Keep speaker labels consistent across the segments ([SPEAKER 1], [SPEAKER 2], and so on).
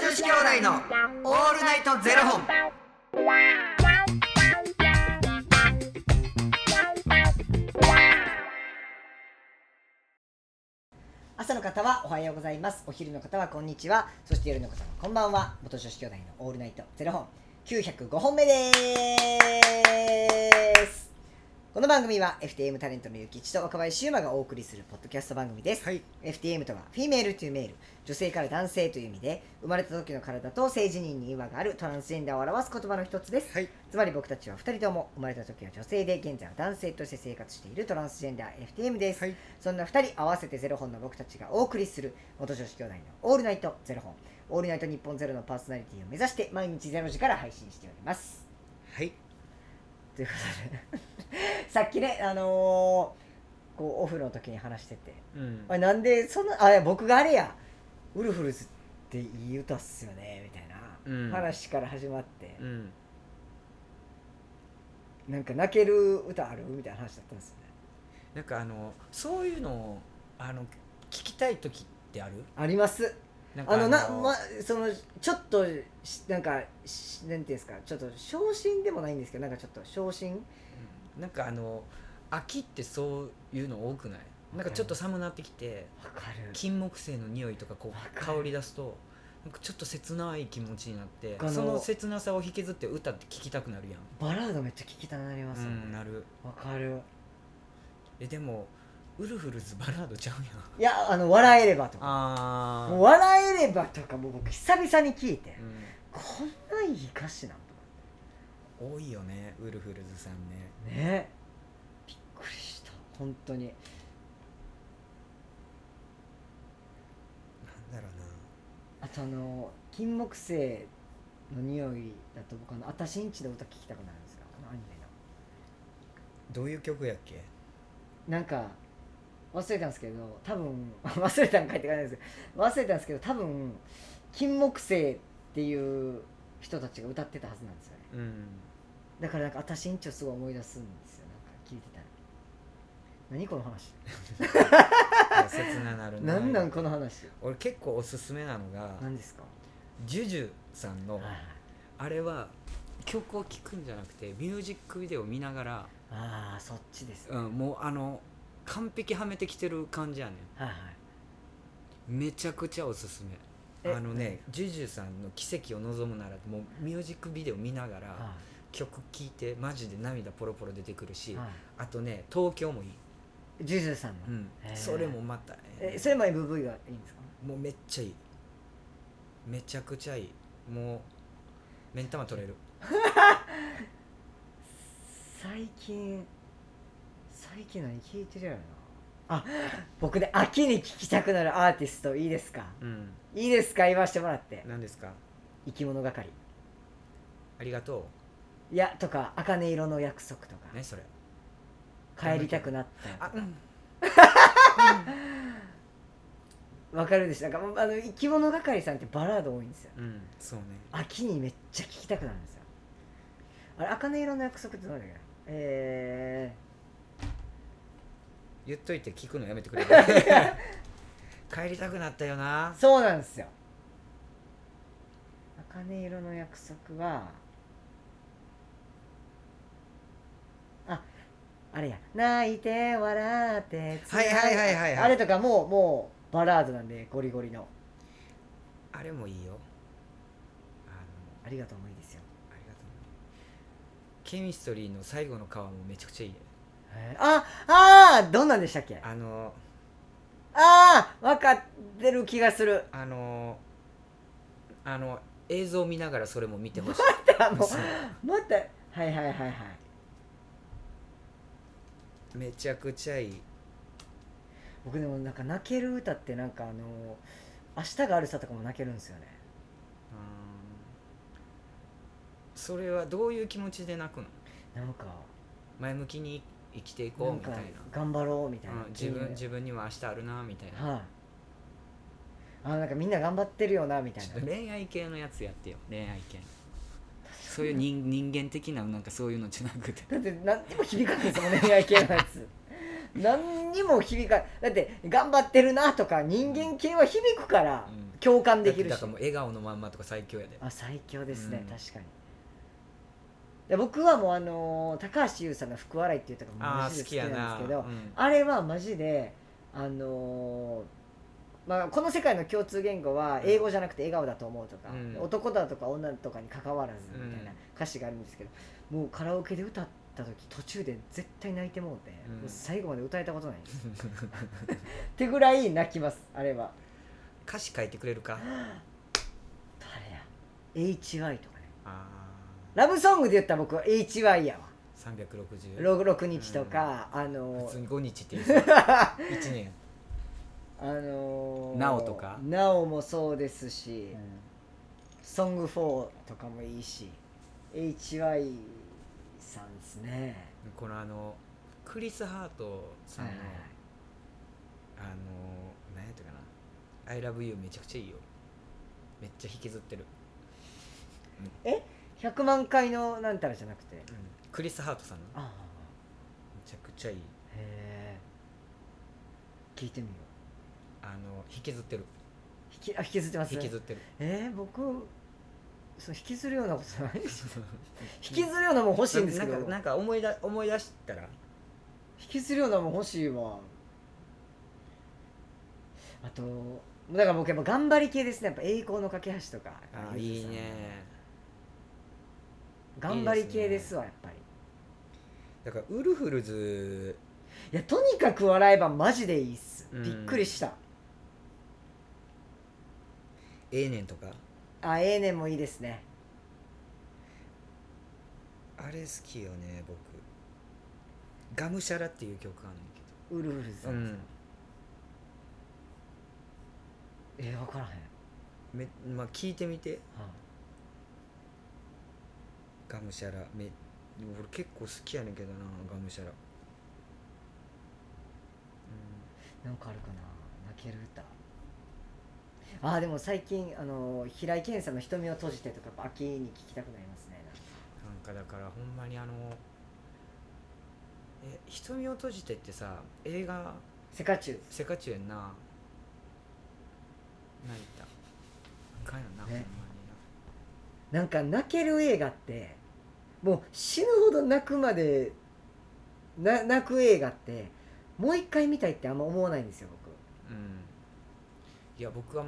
[SPEAKER 1] 子兄弟のオールナイトゼロ本。
[SPEAKER 2] 朝の方はおはようございますお昼の方はこんにちはそして夜の方はこんばんは元女子兄弟のオールナイトゼロ本905本目ですこの番組は FTM タレントのゆきちと若林修馬がお送りするポッドキャスト番組です、
[SPEAKER 1] はい
[SPEAKER 2] FTM とはフィメールというメール女性から男性という意味で生まれた時の体と性自認に違和があるトランスジェンダーを表す言葉の一つです
[SPEAKER 1] はい。
[SPEAKER 2] つまり僕たちは2人とも生まれた時は女性で現在は男性として生活しているトランスジェンダー FTM です、
[SPEAKER 1] はい
[SPEAKER 2] そんな2人合わせてゼロ本の僕たちがお送りする元女子兄弟の「オールナイトゼロ本」「オールナイト日本ゼロのパーソナリティを目指して毎日ゼロ時から配信しております
[SPEAKER 1] はい。
[SPEAKER 2] ということでさっきねあのーこうオフの時に話してて
[SPEAKER 1] うん
[SPEAKER 2] あなんでそのあいや僕があれやウルフルズっていい歌っすよねみたいな
[SPEAKER 1] うん
[SPEAKER 2] 話から始まって、
[SPEAKER 1] うん。
[SPEAKER 2] なんか泣ける歌あるみたいな話だったんですよね
[SPEAKER 1] なんかあのそういうのをあの聞きたい時ってある？
[SPEAKER 2] あります
[SPEAKER 1] なんか
[SPEAKER 2] あのなまそのちょっとしなんかしなんていうんですかちょっと昇進でもないんですけどなんかちょっと昇進
[SPEAKER 1] うんなんかあの秋ってそういうの多くない？なんかちょっと寒なってきて
[SPEAKER 2] わかる
[SPEAKER 1] 金木犀の匂いとかこ
[SPEAKER 2] わ
[SPEAKER 1] う
[SPEAKER 2] か
[SPEAKER 1] 香
[SPEAKER 2] る
[SPEAKER 1] り出すと。なんかちょっと切ない気持ちになって
[SPEAKER 2] あの
[SPEAKER 1] その切なさを引きずって歌って聞きたくなるやん
[SPEAKER 2] バラードめっちゃ聞きたなりますよ
[SPEAKER 1] うん
[SPEAKER 2] ね
[SPEAKER 1] なる
[SPEAKER 2] わ、かる
[SPEAKER 1] えでもウルフルズバラードちゃうやん
[SPEAKER 2] いやあの笑えればとか
[SPEAKER 1] あ
[SPEAKER 2] もう笑えればとかもう僕久々に聞いて、こんないい歌詞なんと
[SPEAKER 1] うん、多いよねウルフルズさんね
[SPEAKER 2] 思ってねびっくりした本当に
[SPEAKER 1] なんだろうな
[SPEAKER 2] あとあの金木犀の匂いだと僕あの「あたしんち」の歌聞きたくなるんですよあのアニメの
[SPEAKER 1] どういう曲やっけ
[SPEAKER 2] なんか忘れたんですけど多分 忘れたんかいって感じですけど忘れたんですけど多分金木犀っていう人たちが歌ってたはずなんですよね
[SPEAKER 1] うん
[SPEAKER 2] だからなんか「あたしんち」をすごい思い出すんですよなんか聞いてたら何この話
[SPEAKER 1] 切 ななるな
[SPEAKER 2] 何なんこの話
[SPEAKER 1] 俺結構おすすめなのが
[SPEAKER 2] 何ですか
[SPEAKER 1] ジュジュさんの
[SPEAKER 2] あ
[SPEAKER 1] あれは曲を聴くんじゃなくてミュージックビデオを見ながら、
[SPEAKER 2] あーそっちですね
[SPEAKER 1] うん、もうあの完璧はめてきてる感じやね
[SPEAKER 2] はいはい
[SPEAKER 1] んめちゃくちゃおすすめ
[SPEAKER 2] え
[SPEAKER 1] あのねジュジュさんの「奇跡を望むなら」もうミュージックビデオ見ながら
[SPEAKER 2] は
[SPEAKER 1] 曲聴いてマジで涙ポロポロ出てくるし、
[SPEAKER 2] いは
[SPEAKER 1] あとね東京もいい、
[SPEAKER 2] いジュジュさんの、
[SPEAKER 1] うん
[SPEAKER 2] へー
[SPEAKER 1] それもまたね
[SPEAKER 2] えそれも MV がいいんですか
[SPEAKER 1] もうめっちゃいいめちゃくちゃいいもう目ん玉取れる
[SPEAKER 2] 最近最近何聞いてるやろなあ僕ね秋に聴きたくなるアーティストいいですか
[SPEAKER 1] うん
[SPEAKER 2] いいですか言わしてもらって
[SPEAKER 1] 何ですか
[SPEAKER 2] 生き物係
[SPEAKER 1] ありがと
[SPEAKER 2] いやとか茜色の約束と
[SPEAKER 1] う何それ
[SPEAKER 2] か帰りたくなったよとか
[SPEAKER 1] うん
[SPEAKER 2] わかるでしょなんかあの生き物係さんってバラード多いんですよ
[SPEAKER 1] うんそうね
[SPEAKER 2] 秋にめっちゃ聴きたくなるんですよあれ茜色の約束って何だっけなえ
[SPEAKER 1] 言っといて聞くのやめてく れる帰りたくなったよな
[SPEAKER 2] ー、そうなんですよ茜色の約束はああれや泣いて笑って
[SPEAKER 1] はいはいはいはいはい
[SPEAKER 2] あれとかもうもうバラードなんでゴリゴリの
[SPEAKER 1] あれもいいよあの
[SPEAKER 2] ありがとうもいいですよ、
[SPEAKER 1] ありがとうケミストリーの最後の皮もめちゃくちゃいいね
[SPEAKER 2] えーああーどんなんでしたっけあ
[SPEAKER 1] あの
[SPEAKER 2] あー分かってる気がする
[SPEAKER 1] あのあの映像を見ながらそれも見てほしい
[SPEAKER 2] も
[SPEAKER 1] そう
[SPEAKER 2] うまたはいはいはいはい
[SPEAKER 1] めちゃくちゃいい
[SPEAKER 2] 僕でもなんか泣ける歌ってなんかあの明日があるさとかも泣けるんですよね
[SPEAKER 1] それはどういう気持ちで泣くの
[SPEAKER 2] なんか
[SPEAKER 1] 前向きに生きていこ
[SPEAKER 2] な
[SPEAKER 1] うんみたい
[SPEAKER 2] か
[SPEAKER 1] な
[SPEAKER 2] 頑張ろうみたいな
[SPEAKER 1] うん、自分
[SPEAKER 2] はい、
[SPEAKER 1] 自分には明日あるなみたいな
[SPEAKER 2] あなんかみんな頑張ってるよなみたい
[SPEAKER 1] ち
[SPEAKER 2] な
[SPEAKER 1] ょっと恋愛系のやつやってよ恋愛系そういう人人間的ななんかそういうのじゃなくて
[SPEAKER 2] だって何にも響かないですもんね恋愛系のやつ何にも響かだって頑張ってるなとか人間系は響くから
[SPEAKER 1] うん
[SPEAKER 2] 共感できる
[SPEAKER 1] だ
[SPEAKER 2] し
[SPEAKER 1] ってだからもう笑顔のまんまとか最強やで
[SPEAKER 2] あ最強ですね、
[SPEAKER 1] うん
[SPEAKER 2] 確かにで僕はもうあのー高橋優さんの福笑いっていうとかも
[SPEAKER 1] あ
[SPEAKER 2] マ
[SPEAKER 1] あ
[SPEAKER 2] ジで
[SPEAKER 1] 好
[SPEAKER 2] 好
[SPEAKER 1] き
[SPEAKER 2] き
[SPEAKER 1] や
[SPEAKER 2] な
[SPEAKER 1] なん
[SPEAKER 2] ですけど
[SPEAKER 1] うん
[SPEAKER 2] あれはマジであのーまあ、この世界の共通言語は英語じゃなくて笑顔だと思うとか、
[SPEAKER 1] うん
[SPEAKER 2] 男だとか女とかに関わらずみたいな
[SPEAKER 1] うん
[SPEAKER 2] 歌詞があるんですけど、もうカラオケで歌った時途中で絶対泣いてもうて、
[SPEAKER 1] うん
[SPEAKER 2] もう最後まで歌えたことないっ てぐらい泣きますあれは
[SPEAKER 1] 歌詞書いてくれるか
[SPEAKER 2] 誰や HY とかね
[SPEAKER 1] ああ
[SPEAKER 2] ラブソングで言ったら僕は HY やわ
[SPEAKER 1] 360
[SPEAKER 2] 6日とか、あの
[SPEAKER 1] 普通
[SPEAKER 2] ー
[SPEAKER 1] に5日って言う1 年
[SPEAKER 2] あのー
[SPEAKER 1] なおとか
[SPEAKER 2] なおもそうですし、ソング4とかもいいし HY さんですね
[SPEAKER 1] このあのクリス・ハートさんの、あの何やったかな「ILOVEYOU」めちゃくちゃいいよめっちゃ引きずってる、
[SPEAKER 2] 100万回のなんたらじゃなくて
[SPEAKER 1] うんクリス・ハートさんのめ
[SPEAKER 2] あ
[SPEAKER 1] ちゃくちゃいい
[SPEAKER 2] あへえ聞いてみよう
[SPEAKER 1] あの引きずってる
[SPEAKER 2] 引きあ引きずってます
[SPEAKER 1] 引きずっ てる
[SPEAKER 2] えー、僕そう引きずるようなことないし引きずるようなもん欲しいんですけど
[SPEAKER 1] ななんかなんか思いだ思い出したら
[SPEAKER 2] 引きずるようなもん欲しいわあとだから僕やっぱ頑張り系ですねやっぱ栄光の架け橋とか
[SPEAKER 1] あ
[SPEAKER 2] ゆず
[SPEAKER 1] いい
[SPEAKER 2] さん
[SPEAKER 1] ね
[SPEAKER 2] 頑張り系ですわやっぱり
[SPEAKER 1] だからウルフルズ
[SPEAKER 2] いやとにかく笑えばマジでいいっす、
[SPEAKER 1] うん
[SPEAKER 2] びっくりした
[SPEAKER 1] ええねんとか
[SPEAKER 2] あええねんもいいですね
[SPEAKER 1] あれ好きよね僕ガムシャラっていう曲あんねんけ
[SPEAKER 2] ウルフルズさ
[SPEAKER 1] ど、
[SPEAKER 2] ん、
[SPEAKER 1] うん
[SPEAKER 2] えー、分からへん、
[SPEAKER 1] めまあ、聞いてみてガムシャラめでも俺結構好きやねんけどなガムシャラ、う
[SPEAKER 2] なんかあるかな泣ける歌あーでも最近あのー平井堅さんの「瞳を閉じて」とかやっぱ秋に聴きたくなりますね
[SPEAKER 1] ん、なんかだからほんまにあのえ瞳を閉じてってさ映画
[SPEAKER 2] セカチュウです
[SPEAKER 1] 世界中やんな泣いたあかんよな、
[SPEAKER 2] ね
[SPEAKER 1] ほ
[SPEAKER 2] なんか泣ける映画ってもう死ぬほど泣くまでな泣く映画ってもう一回見たいってあんま思わないんですよ僕
[SPEAKER 1] んまになうんいや僕は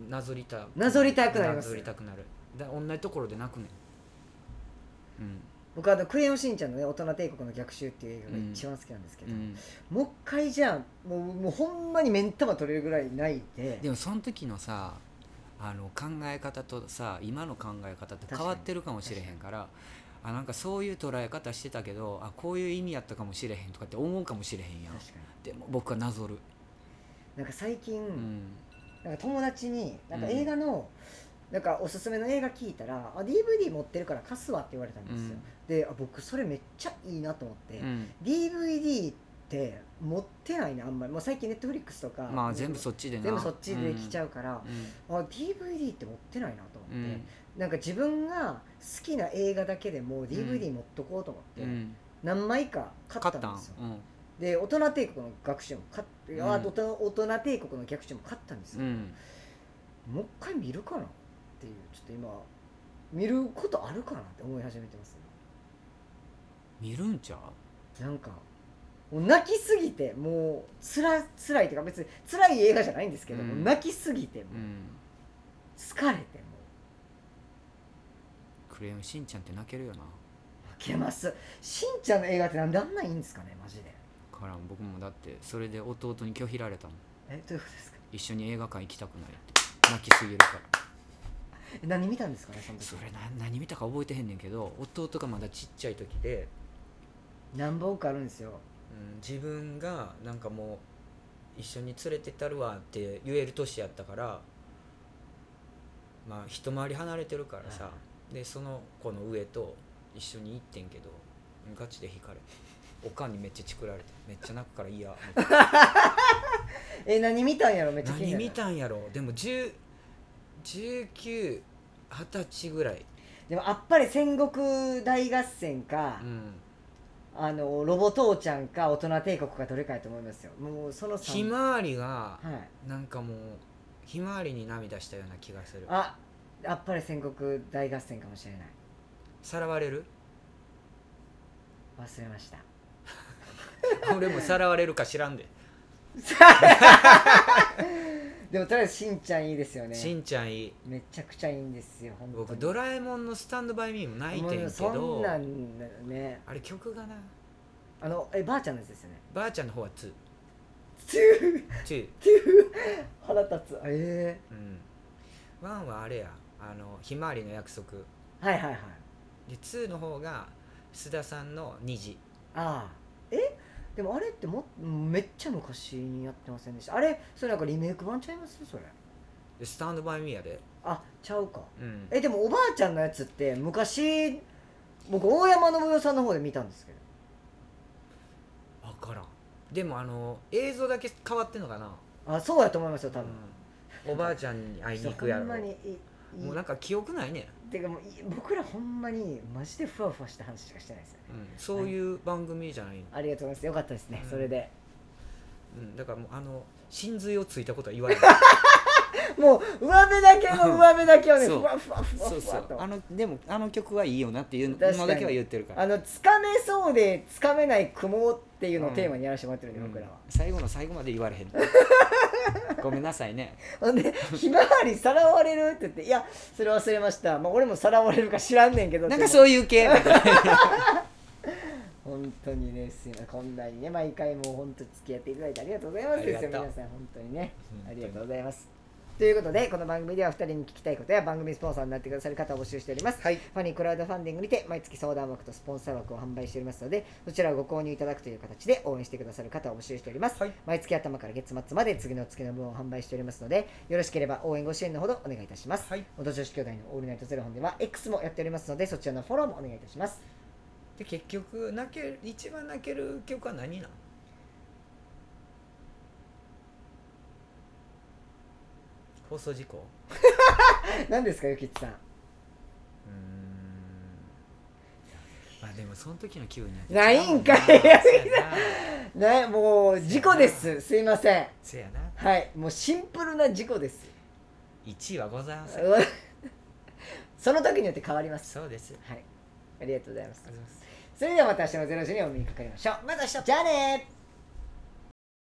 [SPEAKER 1] うんなぞりた
[SPEAKER 2] なぞりたくなります
[SPEAKER 1] なぞりたくなるだ同じところで泣くねん
[SPEAKER 2] 僕はあの「クレヨンしんちゃん」のね「大人帝国の逆襲」っていう映画が一番好きなんですけ
[SPEAKER 1] う
[SPEAKER 2] ど、
[SPEAKER 1] ん、うん
[SPEAKER 2] もう一回じゃあもうもうほんまに目ん玉取れるぐらい泣いて
[SPEAKER 1] でもその時のさあの考え方とさ今の考え方って変わってるかもしれへんからあなんかそういう捉え方してたけどあこういう意味やったかもしれへんとかって思うかもしれへんやん
[SPEAKER 2] 確かに
[SPEAKER 1] でも僕はなぞる、
[SPEAKER 2] なんか最近、
[SPEAKER 1] うん
[SPEAKER 2] なんか友達になんか
[SPEAKER 1] うん
[SPEAKER 2] 映画の、なんかおすすめの映画聞いたら「あ DVD 持ってるから貸すわ」って言われたんですよ、であ僕それめっちゃいいなと思って、
[SPEAKER 1] うん
[SPEAKER 2] DVD って持ってないなあんまりもう最近ネットフリックスとか、
[SPEAKER 1] まあ全部そっちでな
[SPEAKER 2] 全部そっちで来ちゃうから
[SPEAKER 1] う、ん、
[SPEAKER 2] あ DVD って持ってないなと思って、
[SPEAKER 1] うん
[SPEAKER 2] なんか自分が好きな映画だけでも
[SPEAKER 1] う
[SPEAKER 2] DVD
[SPEAKER 1] ん
[SPEAKER 2] 持っとこうと思って、
[SPEAKER 1] うんうん
[SPEAKER 2] 何枚か買
[SPEAKER 1] 勝
[SPEAKER 2] っ
[SPEAKER 1] ったた
[SPEAKER 2] ん
[SPEAKER 1] ん
[SPEAKER 2] ですよ、
[SPEAKER 1] うん
[SPEAKER 2] で大人帝国の学習も買って、あ
[SPEAKER 1] うん
[SPEAKER 2] 大人大人帝国の逆襲も買ったんです
[SPEAKER 1] う
[SPEAKER 2] よ、
[SPEAKER 1] ん
[SPEAKER 2] もう一回見るかなっていうちょっと今見ることあるかなって思い始めてますね
[SPEAKER 1] 見るんちゃう
[SPEAKER 2] なんかもう泣きすぎてもうつらつらいというか別に辛い映画じゃないんですけど、
[SPEAKER 1] うん
[SPEAKER 2] もう泣きすぎても
[SPEAKER 1] う
[SPEAKER 2] うん疲れても
[SPEAKER 1] クレヨンしんちゃんって泣けるよな
[SPEAKER 2] う泣けますしんちゃんの映画ってなんであんないいんですかねマジで
[SPEAKER 1] からん僕もだってそれで弟に拒否られたもん
[SPEAKER 2] えどういうことですか
[SPEAKER 1] 一緒に映画館行きたくないって泣きすぎるから
[SPEAKER 2] え何見たんですかねその時
[SPEAKER 1] それな何見たか覚えてへんねんけど弟がまだちっちゃい時で、
[SPEAKER 2] 何本かあるんですよ
[SPEAKER 1] うん、自分がなんかもう一緒に連れてったるわって言える年やったからまあ一回り離れてるからさ、
[SPEAKER 2] は
[SPEAKER 1] でその子の上と一緒に行ってんけどガチで引かれておかんにめっちゃチクられてめっちゃ泣くからい いや
[SPEAKER 2] え何見たんやろめっちゃ気に
[SPEAKER 1] 何
[SPEAKER 2] なる
[SPEAKER 1] 見たんやろでも10 1920歳ぐらい、
[SPEAKER 2] でもあっぱれ戦国大合戦か、
[SPEAKER 1] うん、
[SPEAKER 2] あのロボ父ちゃんか大人帝国かどれかやと思いますよもうその
[SPEAKER 1] ひ
[SPEAKER 2] 三
[SPEAKER 1] まわりが
[SPEAKER 2] はい、
[SPEAKER 1] なんかもうひまわりに涙したような気がする
[SPEAKER 2] あやっぱり戦国大合戦かもしれない
[SPEAKER 1] さらわれる
[SPEAKER 2] 忘れました
[SPEAKER 1] 俺もさらわれるか知らんで、
[SPEAKER 2] でもとりあえずしんちゃんいいですよね
[SPEAKER 1] しんちゃんいい
[SPEAKER 2] めちゃくちゃいいんですよ本当に
[SPEAKER 1] 僕「ドラえもんのスタンドバイミー」も泣い
[SPEAKER 2] も
[SPEAKER 1] てん
[SPEAKER 2] う
[SPEAKER 1] け
[SPEAKER 2] そん
[SPEAKER 1] ど
[SPEAKER 2] なんだよね
[SPEAKER 1] あれ曲がな
[SPEAKER 2] あのえばあちゃんのやつですよ ね
[SPEAKER 1] ばあちゃんの方は「ツ
[SPEAKER 2] チュー
[SPEAKER 1] ー」「ツー
[SPEAKER 2] チュー腹立つえ」
[SPEAKER 1] うんワンはあれやあのひまわりの約束
[SPEAKER 2] えはいはいはい
[SPEAKER 1] でツーの方が須田さんの「虹
[SPEAKER 2] ああえでもあれってもめっちゃ昔にやってませんでしたあれそれなんかリメイク版ちゃいますそれ」
[SPEAKER 1] で「スタンドバイミー」やで
[SPEAKER 2] あちゃうか
[SPEAKER 1] うん
[SPEAKER 2] えでもおばあちゃんのやつって昔僕大山信代さんの方で見たんですけど
[SPEAKER 1] 分からんでもあの映像だけ変わってんのかな
[SPEAKER 2] あそうやと思いますよ多分、
[SPEAKER 1] うんおばあちゃんに会いに行くやろ
[SPEAKER 2] ほんまにいい
[SPEAKER 1] もうなんか記憶ないね、
[SPEAKER 2] てかもうい僕らほんまにマジでふわふわした話しかしてないですよね
[SPEAKER 1] うん、そういう番組じゃない、
[SPEAKER 2] ありがとうございますよかったですね、
[SPEAKER 1] うん
[SPEAKER 2] それで
[SPEAKER 1] うん、だからもうあの真髄をついたことは言わない
[SPEAKER 2] もう上辺だけの上辺だけをね
[SPEAKER 1] そう
[SPEAKER 2] ふわふわふわ
[SPEAKER 1] そう
[SPEAKER 2] ふ
[SPEAKER 1] そ
[SPEAKER 2] わ
[SPEAKER 1] う
[SPEAKER 2] と
[SPEAKER 1] あのでもあの曲はいいよなっていう
[SPEAKER 2] 確かに
[SPEAKER 1] のだけは言ってるから
[SPEAKER 2] あのつかめそうでつかめない雲っていうのをテーマにやらせてもらってるんで、僕らは
[SPEAKER 1] うん最後の最後まで言われ へんごめんなさいね
[SPEAKER 2] ほんで 「ひまわりさらわれる?」って言って「いやそれ忘れました、まあ、俺もさらわれるか知らんねんけど」
[SPEAKER 1] なんか
[SPEAKER 2] う
[SPEAKER 1] そういう 系みたいな
[SPEAKER 2] 本当にねすいませんこんなにね毎回もう本当付き合っていただいてありがとうございますですよ
[SPEAKER 1] ありがとう
[SPEAKER 2] 皆さん本当にね
[SPEAKER 1] うん
[SPEAKER 2] ありがとうございますということでこの番組では2人に聞きたいことや番組スポンサーになってくださる方を募集しております
[SPEAKER 1] はい
[SPEAKER 2] ファニークラウドファンディングにて毎月相談枠とスポンサー枠を販売しておりますのでそちらをご購入いただくという形で応援してくださる方を募集しております、
[SPEAKER 1] はい
[SPEAKER 2] 毎月頭から月末まで次の月の分を販売しておりますのでよろしければ応援ご支援のほどお願いいたします、
[SPEAKER 1] はい
[SPEAKER 2] 元女子兄弟のオールナイトゼロ本では X もやっておりますのでそちらのフォローもお願いいたします
[SPEAKER 1] で結局泣ける一番泣ける曲は何なの放送事故
[SPEAKER 2] 何ですかゆきちさん
[SPEAKER 1] うーんまあでもその時の気分によって
[SPEAKER 2] ないんかい
[SPEAKER 1] 違うもなせやな
[SPEAKER 2] ねもう事故ですすいません
[SPEAKER 1] せやな
[SPEAKER 2] はいもうシンプルな事故です
[SPEAKER 1] 1位はございません
[SPEAKER 2] うわ その時によって変わります
[SPEAKER 1] そうですあ
[SPEAKER 2] は
[SPEAKER 1] り
[SPEAKER 2] いありがとうございます
[SPEAKER 1] がとうございます
[SPEAKER 2] それではまた明日の0時にお目にかかりましょうまた明日じゃあねー